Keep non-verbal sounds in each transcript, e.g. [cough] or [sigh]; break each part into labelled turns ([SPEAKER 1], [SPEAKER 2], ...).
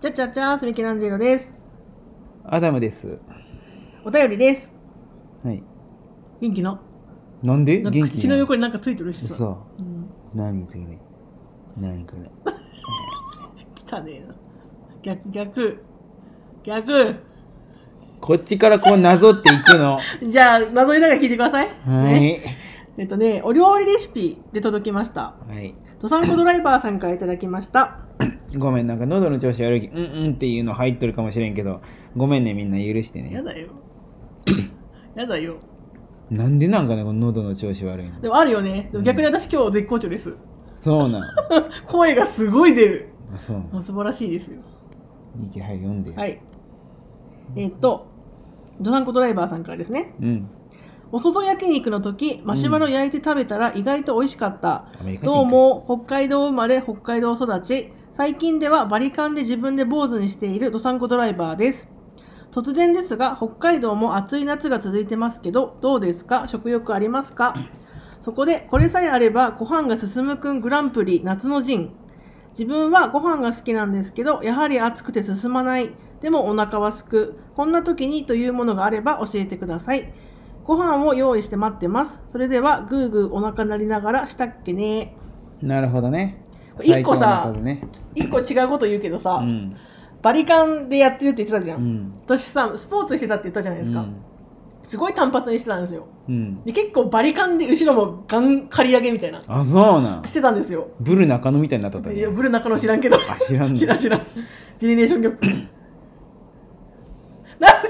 [SPEAKER 1] じゃちゃちゃー、すみきランジェロです。
[SPEAKER 2] アダムです。
[SPEAKER 1] お便りです。
[SPEAKER 2] はい。
[SPEAKER 1] 元気な。
[SPEAKER 2] なんで
[SPEAKER 1] なん
[SPEAKER 2] 元
[SPEAKER 1] か
[SPEAKER 2] 気
[SPEAKER 1] 口の横になんかついてるしさ。
[SPEAKER 2] さ。
[SPEAKER 1] うん。
[SPEAKER 2] 何次に。何これ。
[SPEAKER 1] 来たねえな。逆、逆。逆。
[SPEAKER 2] こっちからこうなぞっていくの。
[SPEAKER 1] じゃあ、なぞりながら聞いてください。[laughs]
[SPEAKER 2] は
[SPEAKER 1] ね
[SPEAKER 2] い。
[SPEAKER 1] えっとね、お料理レシピで届きました。
[SPEAKER 2] はい。
[SPEAKER 1] ドサンコドライバーさんからいただきました。
[SPEAKER 2] ごめん、なんか喉の調子悪い。うんうんっていうの入っとるかもしれんけど、ごめんね、みんな許して
[SPEAKER 1] や
[SPEAKER 2] ね。
[SPEAKER 1] だよ。 [coughs] やだよ。
[SPEAKER 2] なんでなんかね、この喉の調子悪いの
[SPEAKER 1] で。もあるよね。でも逆に私今日絶好調です。
[SPEAKER 2] そう
[SPEAKER 1] [laughs]
[SPEAKER 2] なん。
[SPEAKER 1] 声がすごい出る。
[SPEAKER 2] あそうな
[SPEAKER 1] あ
[SPEAKER 2] ん。
[SPEAKER 1] 素晴らしいですよ。
[SPEAKER 2] いいけ、はい、読んで。。
[SPEAKER 1] はいい。えっと、ドサンコドライバーさんからですね。
[SPEAKER 2] うん。
[SPEAKER 1] お外焼肉の時マシュマロ焼いて食べたら意外と美味しかった、
[SPEAKER 2] アメリカ人か
[SPEAKER 1] どう。も北海道生まれ北海道育ち最近ではバリカンで自分で坊主にしているドサンコドライバーです突然ですが北海道も暑い夏が続いてますけどどうですか食欲ありますかそこでこれさえあればご飯が進むくんグランプリ夏の陣自分はご飯が好きなんですけどやはり暑くて進まないでもお腹はすくこんな時にというものがあれば教えてくださいご飯を用意して待ってますそれではグーグーお腹鳴りながらしたっけね
[SPEAKER 2] なるほどね。
[SPEAKER 1] 一個さ
[SPEAKER 2] 最強の数ね、
[SPEAKER 1] 一個違うこと言うけどさ、
[SPEAKER 2] うん。
[SPEAKER 1] バリカンでやってるって言ってたじゃ、
[SPEAKER 2] うんん。
[SPEAKER 1] 私さスポーツしてたって言ったじゃないですか、
[SPEAKER 2] うん
[SPEAKER 1] すごい単発にしてたんですよ
[SPEAKER 2] うん。
[SPEAKER 1] で結構バリカンで後ろもガン刈り上げみたいな
[SPEAKER 2] あ、そうなん
[SPEAKER 1] し。てたんですよ
[SPEAKER 2] ブル中野みたいになっとったね
[SPEAKER 1] いやブル中の知らんけど
[SPEAKER 2] あ、知らん
[SPEAKER 1] 知ら
[SPEAKER 2] の
[SPEAKER 1] ん知らんジェネレーションギャップ [laughs] なんか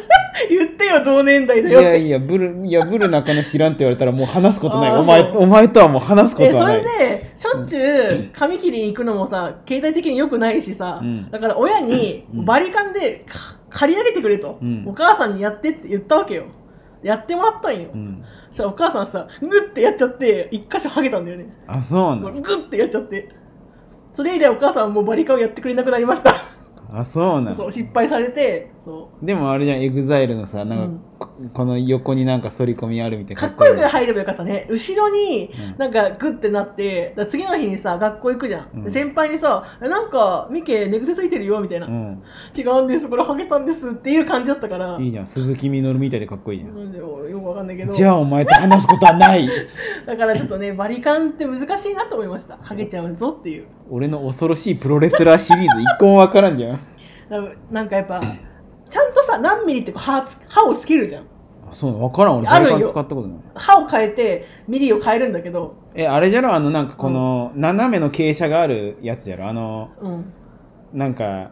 [SPEAKER 1] 言ってよ同年代だ
[SPEAKER 2] い
[SPEAKER 1] よって
[SPEAKER 2] やいや、ブル、いや、ブル中野知らんって言われたらもう話すことない。
[SPEAKER 1] あー
[SPEAKER 2] お前、
[SPEAKER 1] そう
[SPEAKER 2] お前とはもう話すこ
[SPEAKER 1] え
[SPEAKER 2] と
[SPEAKER 1] そ
[SPEAKER 2] はな
[SPEAKER 1] れ
[SPEAKER 2] い。
[SPEAKER 1] でしょっちゅう髪切りに行くのもさ経済的に良くないしさ、
[SPEAKER 2] うん
[SPEAKER 1] だから親に
[SPEAKER 2] うん
[SPEAKER 1] バリカンでか借り上げてくれと、
[SPEAKER 2] うん
[SPEAKER 1] お母さんにやってって言ったわけよやってもらったんよ、
[SPEAKER 2] うん。
[SPEAKER 1] そしたらお母さんさグッてやっちゃって一箇所ハゲたんだよね
[SPEAKER 2] あ、そう
[SPEAKER 1] そ
[SPEAKER 2] な。
[SPEAKER 1] うんグッてやっちゃってそれ以来お母さんはもうバリカンをやってくれなくなりました
[SPEAKER 2] あ、そうな。
[SPEAKER 1] そうん失敗されてそ
[SPEAKER 2] でもあれじゃん、エグザイルのさ、なんか、ここの横になんか反り込みあるみた
[SPEAKER 1] う
[SPEAKER 2] いな。
[SPEAKER 1] かっこよく
[SPEAKER 2] い
[SPEAKER 1] 入ればよかったね後ろに
[SPEAKER 2] うん
[SPEAKER 1] なんかグッてなってだから次の日にさ学校行くじゃん、で
[SPEAKER 2] うん
[SPEAKER 1] 先輩にさ「えなんかミケ寝癖ついてるよ」みたいな、
[SPEAKER 2] うん。
[SPEAKER 1] 違うんですこれハゲたんですっていう感じだったから
[SPEAKER 2] いいじゃん。鈴木みのるみたいでかっこいいじゃん。
[SPEAKER 1] なんで俺よくわかんないけど
[SPEAKER 2] じゃあ、お前と話すことはない。
[SPEAKER 1] だからちょっとねバリカンって難しいなと思いましたハゲちゃうぞっていう
[SPEAKER 2] 俺の恐ろしいプロレスラーシリーズ、一個もわからんじゃん。
[SPEAKER 1] だからなんかやっぱちゃんとさ何ミリってこう歯つ歯をつけるじゃん
[SPEAKER 2] あ、そうなの。わからん。俺、
[SPEAKER 1] あ
[SPEAKER 2] バ
[SPEAKER 1] る
[SPEAKER 2] リ
[SPEAKER 1] よ
[SPEAKER 2] カン使ったことない。
[SPEAKER 1] 歯を変えてミリを変えるんだけど
[SPEAKER 2] え、あれじゃろあの、なんかこの、斜めの傾斜があるやつじゃろあの、
[SPEAKER 1] うん
[SPEAKER 2] なんか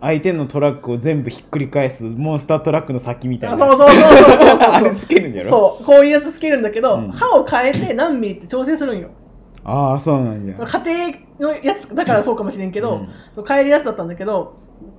[SPEAKER 2] 相手のトラックを全部ひっくり返すモンスタートラックの先みたい
[SPEAKER 1] あ
[SPEAKER 2] な
[SPEAKER 1] そうそうそうそうそう
[SPEAKER 2] [laughs] あ
[SPEAKER 1] そ
[SPEAKER 2] れ
[SPEAKER 1] う
[SPEAKER 2] つけるんやろ
[SPEAKER 1] そうこういうやつつけるんだけど、
[SPEAKER 2] うん
[SPEAKER 1] 歯を変えて何ミリって調整するんよ
[SPEAKER 2] ああそうなんじゃ
[SPEAKER 1] 家庭のやつだからそうかもしれんけど、
[SPEAKER 2] うん
[SPEAKER 1] 変えるやつだったんだけど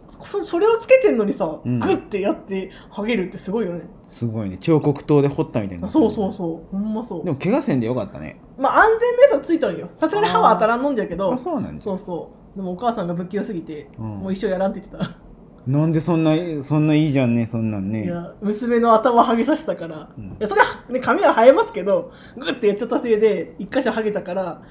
[SPEAKER 1] そそれをつけてんのにさ、
[SPEAKER 2] うん
[SPEAKER 1] グッてやってハゲるってすごいよね
[SPEAKER 2] すごいね彫刻刀で彫ったみたいな
[SPEAKER 1] あそうそうそうほんまそう
[SPEAKER 2] でも怪我せんでよかったね
[SPEAKER 1] まあ安全なやつはついとるよさすがに歯は当たらんのんじゃけど
[SPEAKER 2] あそうなんじ
[SPEAKER 1] そ
[SPEAKER 2] ゃ
[SPEAKER 1] うそうでもお母さんが不器用すぎて、
[SPEAKER 2] うん
[SPEAKER 1] もう一生やらんって言ってた、
[SPEAKER 2] なんでそんなそんないいじゃんねそんなん
[SPEAKER 1] い
[SPEAKER 2] ね
[SPEAKER 1] や娘の頭ハゲさせたから、
[SPEAKER 2] うん
[SPEAKER 1] いやそれは、ね、髪は生えますけどグッてやっちゃったせいで一箇所ハゲたから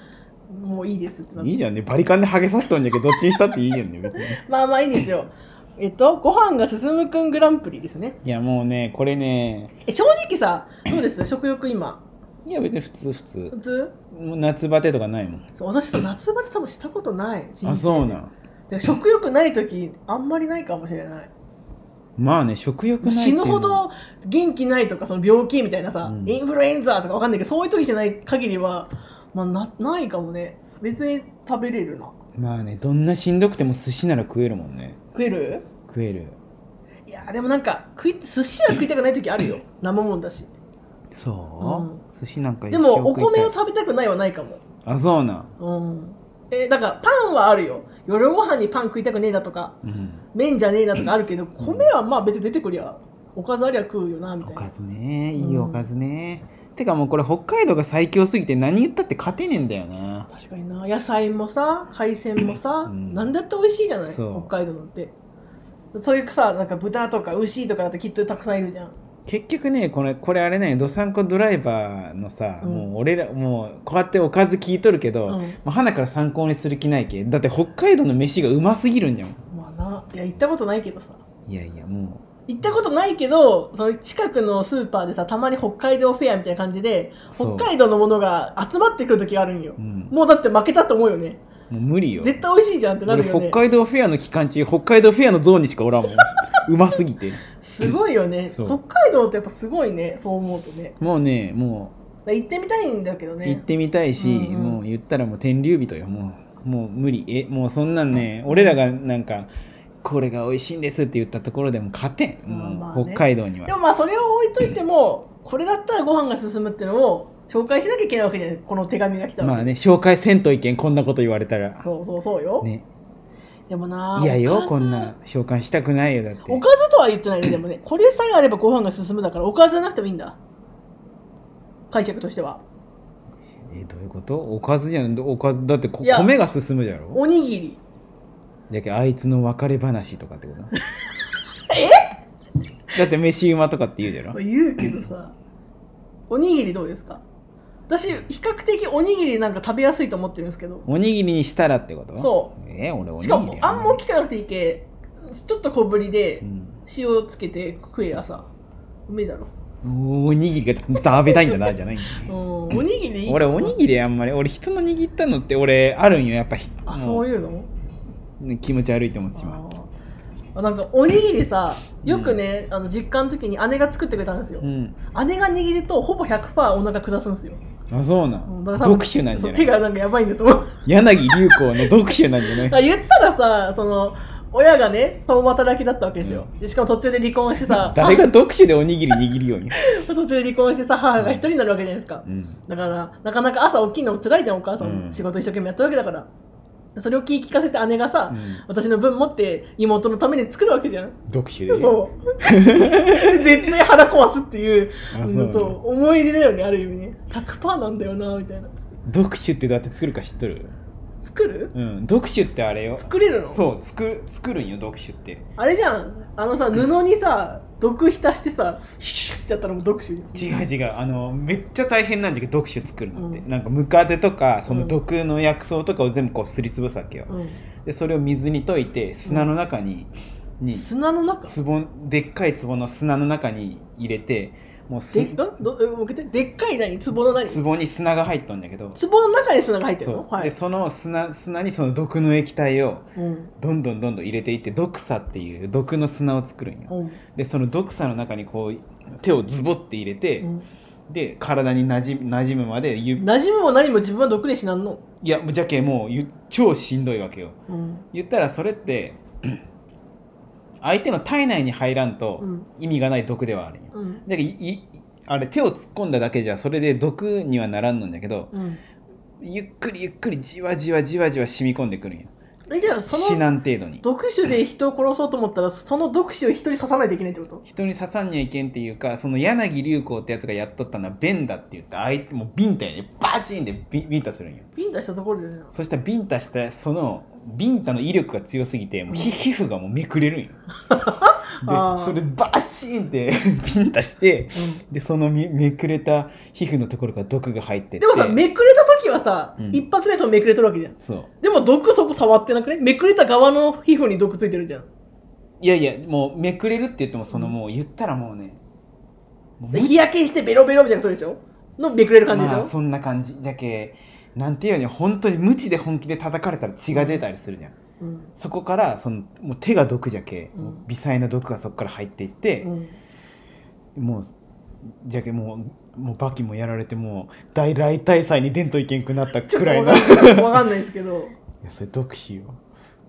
[SPEAKER 1] もういいですってなって
[SPEAKER 2] いいじゃんねバリカンでハゲさせとんじゃけどどっちにしたっていいじゃんね別に
[SPEAKER 1] まあまあいいんですよ [laughs] えっとご飯が進むくんグランプリですね
[SPEAKER 2] いやもうねこれね
[SPEAKER 1] え正直さどうです食欲今
[SPEAKER 2] いや別に普通普通
[SPEAKER 1] 普通
[SPEAKER 2] もう夏バテとかないもん
[SPEAKER 1] そう私さ夏バテ多分したことない人生
[SPEAKER 2] あそうなん
[SPEAKER 1] で食欲ない時あんまりないかもしれない
[SPEAKER 2] まあね食欲ないって
[SPEAKER 1] 死
[SPEAKER 2] いう
[SPEAKER 1] ぬ
[SPEAKER 2] の
[SPEAKER 1] ほど元気ないとかその病気みたいなさ、
[SPEAKER 2] うん
[SPEAKER 1] インフルエンザとかわかんないけどそういう時じゃない限りは、まあ、なないかもね別に食べれるな
[SPEAKER 2] まあねどんなしんどくても寿司なら食えるもんね
[SPEAKER 1] 食える
[SPEAKER 2] 食える
[SPEAKER 1] いやでもなんか食い寿司は食いたくない時あるよ生もんだし
[SPEAKER 2] そう、寿司なんか一
[SPEAKER 1] で
[SPEAKER 2] 生
[SPEAKER 1] もお
[SPEAKER 2] 食いたい
[SPEAKER 1] 米を食べたくないはないかも
[SPEAKER 2] あそうなん、
[SPEAKER 1] うんえだからパンはあるよ夜ご飯にパン食いたくねえなとか
[SPEAKER 2] うん、
[SPEAKER 1] 麺じゃねえなとかあるけど、米はまあ別に出てくりゃおかずありゃ食うよなみた
[SPEAKER 2] お
[SPEAKER 1] いな
[SPEAKER 2] かずねいいおかずね、てかもうこれ北海道が最強すぎて何言ったって勝てねえんだよな
[SPEAKER 1] 確かにな野菜もさ海鮮もさ、
[SPEAKER 2] うん
[SPEAKER 1] 何だって美味しいじゃない
[SPEAKER 2] そう
[SPEAKER 1] 北海道なんてそういうさなんか豚とか牛とかだってきっとたくさんいるじゃん
[SPEAKER 2] 結局ねこれこれあれねどさんこドライバーのさ、
[SPEAKER 1] うん
[SPEAKER 2] もう俺らもうこうやっておかず聞いとるけど、
[SPEAKER 1] うん
[SPEAKER 2] もう花から参考にする気ないけだって北海道の飯がうますぎるんじゃん
[SPEAKER 1] まあないや行ったことないけどさ
[SPEAKER 2] いやいやも
[SPEAKER 1] 行ったことないけどその近くのスーパーでさたまに北海道フェアみたいな感じで
[SPEAKER 2] うそ
[SPEAKER 1] 北
[SPEAKER 2] う
[SPEAKER 1] 海道のものが集まってくる時があるんよ
[SPEAKER 2] うん、も
[SPEAKER 1] もうだって負けたと思うよね
[SPEAKER 2] う無理よ
[SPEAKER 1] 絶対美味しいじゃんってなるよ
[SPEAKER 2] 俺
[SPEAKER 1] ね
[SPEAKER 2] 北海道フェアの期間中北海道フェアのゾーンにしかおらんも
[SPEAKER 1] [laughs]
[SPEAKER 2] んうますぎて
[SPEAKER 1] すごいよね
[SPEAKER 2] そ
[SPEAKER 1] 北
[SPEAKER 2] う
[SPEAKER 1] 海道ってやっぱすごいねそう思うとね
[SPEAKER 2] もうねも
[SPEAKER 1] 行ってみたいんだけど
[SPEAKER 2] う行っ
[SPEAKER 1] ね
[SPEAKER 2] てみたいし、
[SPEAKER 1] うんうん
[SPEAKER 2] もう言ったらもう天竜人よもうもう無理えもうそんなんね俺らがなんかこれが美味しいんですって言ったところでも勝てん、もう
[SPEAKER 1] まあまあね
[SPEAKER 2] 北海道には
[SPEAKER 1] でもまあそれを置いといてもこれだったらご飯が進むっていうのを紹介しなきゃいけないわけじゃないこの手紙が来たわ
[SPEAKER 2] ま
[SPEAKER 1] け
[SPEAKER 2] あね紹介せんといけんこんなこと言われたら
[SPEAKER 1] そうそうそうよ、
[SPEAKER 2] ね
[SPEAKER 1] でもない
[SPEAKER 2] や
[SPEAKER 1] おか
[SPEAKER 2] よ
[SPEAKER 1] ず
[SPEAKER 2] こんな紹介したくないよだって
[SPEAKER 1] おかずとは言ってないよでもねこれさえあればご飯が進むだからおかずじゃなくてもいいんだ解釈としては
[SPEAKER 2] えどういうことおかずじゃんおかずだってこ
[SPEAKER 1] いや
[SPEAKER 2] 米が進むじゃろ
[SPEAKER 1] おにぎり
[SPEAKER 2] じゃけあいつの別れ話とかってこと
[SPEAKER 1] [laughs]
[SPEAKER 2] えだって飯馬とかって言うじゃろ
[SPEAKER 1] 言うけどさおにぎりどうですか私比較的おにぎりなんか食べやすいと思ってるんですけど
[SPEAKER 2] おにぎりにしたらってこと
[SPEAKER 1] そう
[SPEAKER 2] え俺おにぎり
[SPEAKER 1] しかもあんま大
[SPEAKER 2] き
[SPEAKER 1] きくなくていいけちょっと小ぶりで
[SPEAKER 2] うん
[SPEAKER 1] 塩つけて食えやさうめえだろ
[SPEAKER 2] おにぎりが食べたいんだなじゃないんだ
[SPEAKER 1] うんおにぎりいい
[SPEAKER 2] 俺おにぎりあんまり俺人の握ったのって俺あるんよやっぱひ
[SPEAKER 1] あ
[SPEAKER 2] も
[SPEAKER 1] そういうの
[SPEAKER 2] ね気持ち悪いと思ってしまう
[SPEAKER 1] あーなんかおにぎりさよくね、あの実家の時に姉が作ってくれたんですよ、
[SPEAKER 2] うん
[SPEAKER 1] 姉が握るとほぼ100%お腹下すんですよ、
[SPEAKER 2] あそうな
[SPEAKER 1] うんんだから多分
[SPEAKER 2] 読書なんじ
[SPEAKER 1] そ
[SPEAKER 2] ゃ
[SPEAKER 1] う
[SPEAKER 2] ない
[SPEAKER 1] 手がなんかやばいんだと思う [laughs]
[SPEAKER 2] 柳流行の読書なんじゃな
[SPEAKER 1] だ
[SPEAKER 2] い
[SPEAKER 1] [laughs] から言ったらさその親がね共働きだったわけですよ、でしかも途中で離婚してさ
[SPEAKER 2] 誰が読書でおにぎり握るように、
[SPEAKER 1] 母 [laughs] 途中で離婚してさ母が一人になるわけじゃないですか、
[SPEAKER 2] うん、
[SPEAKER 1] だからなかなか朝起きるの辛いじゃんお母さん、
[SPEAKER 2] うん
[SPEAKER 1] 仕事一生懸命やったわけだからそれを聞き聞かせて姉がさ、
[SPEAKER 2] うん
[SPEAKER 1] 私の分持って妹のために作るわけじゃん
[SPEAKER 2] 読書で
[SPEAKER 1] そう。
[SPEAKER 2] [laughs]
[SPEAKER 1] 絶対腹壊すっていう、
[SPEAKER 2] あそううん
[SPEAKER 1] そう、思い出だよね、ある意味ね。100%なんだよな、みたいな。
[SPEAKER 2] 読書ってどうやって作るか知っとる
[SPEAKER 1] 作る
[SPEAKER 2] うん読書ってあれよ
[SPEAKER 1] 作れるの
[SPEAKER 2] そう作る作るんよ読書って
[SPEAKER 1] あれじゃん。あのさ、布にさ、毒浸してさ、シュッってやったらもう読書じゃん。
[SPEAKER 2] 違う違うあのめっちゃ大変なんだけど読書作るのって、
[SPEAKER 1] う
[SPEAKER 2] なんかムカデとかそうの
[SPEAKER 1] ん
[SPEAKER 2] 毒の薬草とかを全部こうすりつぶすわけよ、
[SPEAKER 1] う
[SPEAKER 2] でそれを水に溶いて砂の中に、
[SPEAKER 1] ん。
[SPEAKER 2] に
[SPEAKER 1] 砂の中
[SPEAKER 2] 壺でっかい壺の砂の中に入れてもうす
[SPEAKER 1] でんどえもう一回言ってでっかい何壺の何壺
[SPEAKER 2] 壺に砂が入っとんだけど
[SPEAKER 1] の中に砂が入ってる
[SPEAKER 2] そ
[SPEAKER 1] の
[SPEAKER 2] う
[SPEAKER 1] は
[SPEAKER 2] で
[SPEAKER 1] い。
[SPEAKER 2] その砂砂にその毒の液体を
[SPEAKER 1] うん。
[SPEAKER 2] どんどんどんどん入れていって毒砂っていう毒の砂を作るんよ
[SPEAKER 1] うん。
[SPEAKER 2] でその毒砂の中にこう手をズボって入れて、
[SPEAKER 1] うん
[SPEAKER 2] で体になじなじむまでゆ
[SPEAKER 1] 馴染みも何も自分は毒にしなんの。
[SPEAKER 2] いやじゃけもうゆ超しんどいわけよ
[SPEAKER 1] うん。
[SPEAKER 2] 言ったらそれって [clears throat] 相手の体内に入らんと
[SPEAKER 1] うん。
[SPEAKER 2] 意味がない毒ではあるんよ
[SPEAKER 1] うん。
[SPEAKER 2] だけどいいあれ手を突っ込んだだけじゃそれで毒にはならんのんだけど
[SPEAKER 1] うん。
[SPEAKER 2] ゆっくりゆっくりじわじわじわじわ染み込んでくるんよ
[SPEAKER 1] え、じゃあその
[SPEAKER 2] 死なん程度に
[SPEAKER 1] 毒種で人を殺そうと思ったらその毒種を一人刺さないといけないってこと
[SPEAKER 2] 人に刺さんにはいけんっていうかその柳流行ってやつがやっとったのはベンダって言って相手もうビンタやでバチンでビビンタするんよ
[SPEAKER 1] ビンタしたところでね
[SPEAKER 2] そしたらビンタしたそのビンタの威力が強すぎてもう
[SPEAKER 1] うん
[SPEAKER 2] ひ皮膚がもうめくれ
[SPEAKER 1] [laughs]
[SPEAKER 2] るんよ
[SPEAKER 1] あー
[SPEAKER 2] でそれバチンってビンタして
[SPEAKER 1] うん
[SPEAKER 2] でそのめめくれた皮膚のところから毒が入ってって
[SPEAKER 1] でもさめくれた時はさ、
[SPEAKER 2] うん
[SPEAKER 1] 一発目そのめくれとるわけじゃん
[SPEAKER 2] そう
[SPEAKER 1] でも毒そこ触ってなくねめくれた側の皮膚に毒ついてるじゃん
[SPEAKER 2] いやいやもうめくれるって言ってもその
[SPEAKER 1] うん
[SPEAKER 2] もう言ったらもうねもう
[SPEAKER 1] で日焼けしてベロベロみたいなことでしょのめくれる感じでしょ、
[SPEAKER 2] まあそんな感じじゃけなんていうの本当に無知で本気で叩かれたら血が出たりするじゃん
[SPEAKER 1] うん
[SPEAKER 2] そこからそのもう手が毒じゃけ、
[SPEAKER 1] うん
[SPEAKER 2] もう微細な毒がそこから入っていって、
[SPEAKER 1] うん
[SPEAKER 2] もうじゃけもうもうバキもやられてもう大来大祭に出んといけんくなった
[SPEAKER 1] ちょっと
[SPEAKER 2] くらい
[SPEAKER 1] わ
[SPEAKER 2] の
[SPEAKER 1] か
[SPEAKER 2] い
[SPEAKER 1] んないわかんないですけど
[SPEAKER 2] やそれ毒死よ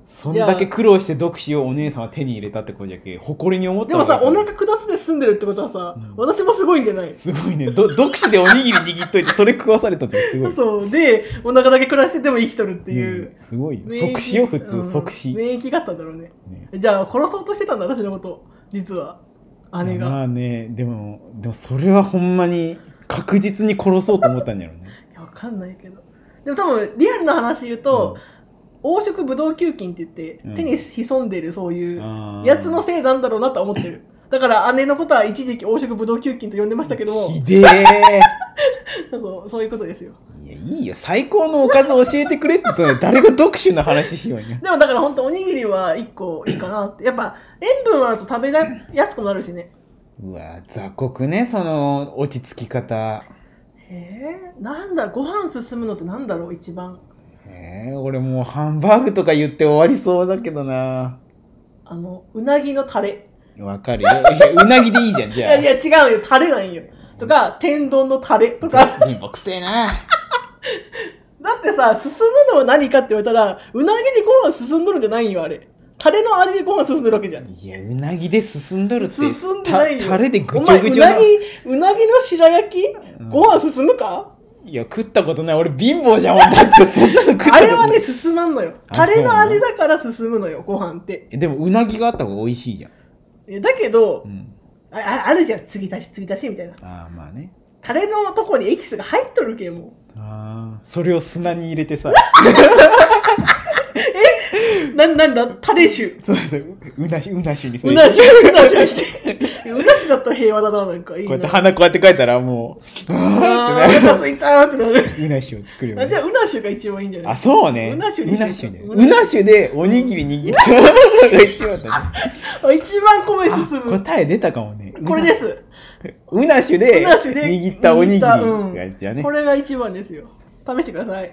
[SPEAKER 2] そんだけ苦労して毒死をお姉さんは手に入れたってことじゃけ誇りに思った
[SPEAKER 1] でも
[SPEAKER 2] 方が
[SPEAKER 1] さ
[SPEAKER 2] いい
[SPEAKER 1] お腹下すで済んでるってことはさ、
[SPEAKER 2] うん
[SPEAKER 1] 私もすごいんじゃない
[SPEAKER 2] すごいねど毒死でおにぎり握っといてそれ食わされたってすごい
[SPEAKER 1] そうでお腹だけ暮らしてても生きとるっていう、
[SPEAKER 2] ねえすごいよ
[SPEAKER 1] 免疫
[SPEAKER 2] 即死よ普
[SPEAKER 1] う
[SPEAKER 2] 通
[SPEAKER 1] ん
[SPEAKER 2] 即死、
[SPEAKER 1] 免疫があったんだろうね
[SPEAKER 2] ね
[SPEAKER 1] じゃあ殺そうとしてたんだ私のこと実は姉が、
[SPEAKER 2] まあねでもでもそれはほんまに確実に殺そうと思ったんや
[SPEAKER 1] [laughs]
[SPEAKER 2] ろうね
[SPEAKER 1] いやわかんないけどでも多分リアルな話言うと、黄色ブドウ球菌って言って、
[SPEAKER 2] うん
[SPEAKER 1] 手に潜んでるそういうや
[SPEAKER 2] や
[SPEAKER 1] つのせいなんだろうなとは思ってるだから姉のことは一時期黄色ブドウ球菌と呼んでましたけども
[SPEAKER 2] ひでえ
[SPEAKER 1] そうそういうことですよ
[SPEAKER 2] いやいいよ最高のおかず教えてくれって言ったのに誰が読書の話しようよ
[SPEAKER 1] でもだから本当おにぎりは1個いいかなってやっぱ塩分あると食べやすくなるしね
[SPEAKER 2] うわ雑穀ねその落ち着き方
[SPEAKER 1] えー、なんだろうご飯進むのってなんだろう一番
[SPEAKER 2] えー、俺もうハンバーグとか言って終わりそうだけどな
[SPEAKER 1] あのうなぎのタレ
[SPEAKER 2] わかるよいやうなぎでいいじゃん
[SPEAKER 1] い
[SPEAKER 2] じゃあ
[SPEAKER 1] やいや違うよタレなんよとか天丼のタレとか
[SPEAKER 2] 貧乏くせえな
[SPEAKER 1] だってさ進むのは何かって言われたらうなぎにご飯進んどるんじゃないんよあれタレの味でご飯進んでるわけじゃん
[SPEAKER 2] いやうなぎで進んどるって
[SPEAKER 1] 進んでないよ
[SPEAKER 2] たタレでぐ
[SPEAKER 1] お
[SPEAKER 2] ちょ
[SPEAKER 1] 前
[SPEAKER 2] ぐ
[SPEAKER 1] う
[SPEAKER 2] ちょ
[SPEAKER 1] なぎうなぎの白焼き
[SPEAKER 2] うん
[SPEAKER 1] ご飯進む
[SPEAKER 2] [laughs]
[SPEAKER 1] か、
[SPEAKER 2] いや食ったことない俺貧乏じゃんだってそんなの食ったことな
[SPEAKER 1] あ
[SPEAKER 2] い
[SPEAKER 1] れはね進まんのよ
[SPEAKER 2] あ
[SPEAKER 1] タレの
[SPEAKER 2] そうなの
[SPEAKER 1] 味だから進むのよご飯って
[SPEAKER 2] えでもうなぎがあった方が美味しいじゃん、
[SPEAKER 1] いやだけど
[SPEAKER 2] うん、
[SPEAKER 1] あああるじゃん継ぎ足し継ぎ足しみたいな
[SPEAKER 2] ああまあね
[SPEAKER 1] タレのとこにエキスが入っとるけんも
[SPEAKER 2] ああそれを砂に入れ
[SPEAKER 1] [laughs]
[SPEAKER 2] てさ
[SPEAKER 1] うなんなんだタレ酒
[SPEAKER 2] そうそううなしうなしにす
[SPEAKER 1] う
[SPEAKER 2] る
[SPEAKER 1] なしうなしをしてうなしだったら平和だななんかいい
[SPEAKER 2] こう
[SPEAKER 1] な
[SPEAKER 2] やって鼻こうやって書いたらも
[SPEAKER 1] あ
[SPEAKER 2] うあ
[SPEAKER 1] ーお
[SPEAKER 2] ーってな
[SPEAKER 1] 腹
[SPEAKER 2] る
[SPEAKER 1] すいたーってなる
[SPEAKER 2] うなしを作るよ、
[SPEAKER 1] あじゃ
[SPEAKER 2] ね、
[SPEAKER 1] あうなしが一番いいんじゃない
[SPEAKER 2] あそうね
[SPEAKER 1] うなしゅに
[SPEAKER 2] う
[SPEAKER 1] しよう
[SPEAKER 2] なしゅねうなしゅでおにぎり
[SPEAKER 1] [laughs]
[SPEAKER 2] 握ってそれが一番だね
[SPEAKER 1] あ一番米進
[SPEAKER 2] あ
[SPEAKER 1] む
[SPEAKER 2] 答え出たかもね
[SPEAKER 1] これです
[SPEAKER 2] うなしゅで
[SPEAKER 1] うなしゅで
[SPEAKER 2] 握ったおにぎり
[SPEAKER 1] 握ったうん
[SPEAKER 2] がじゃあね
[SPEAKER 1] これが一番ですよ試してください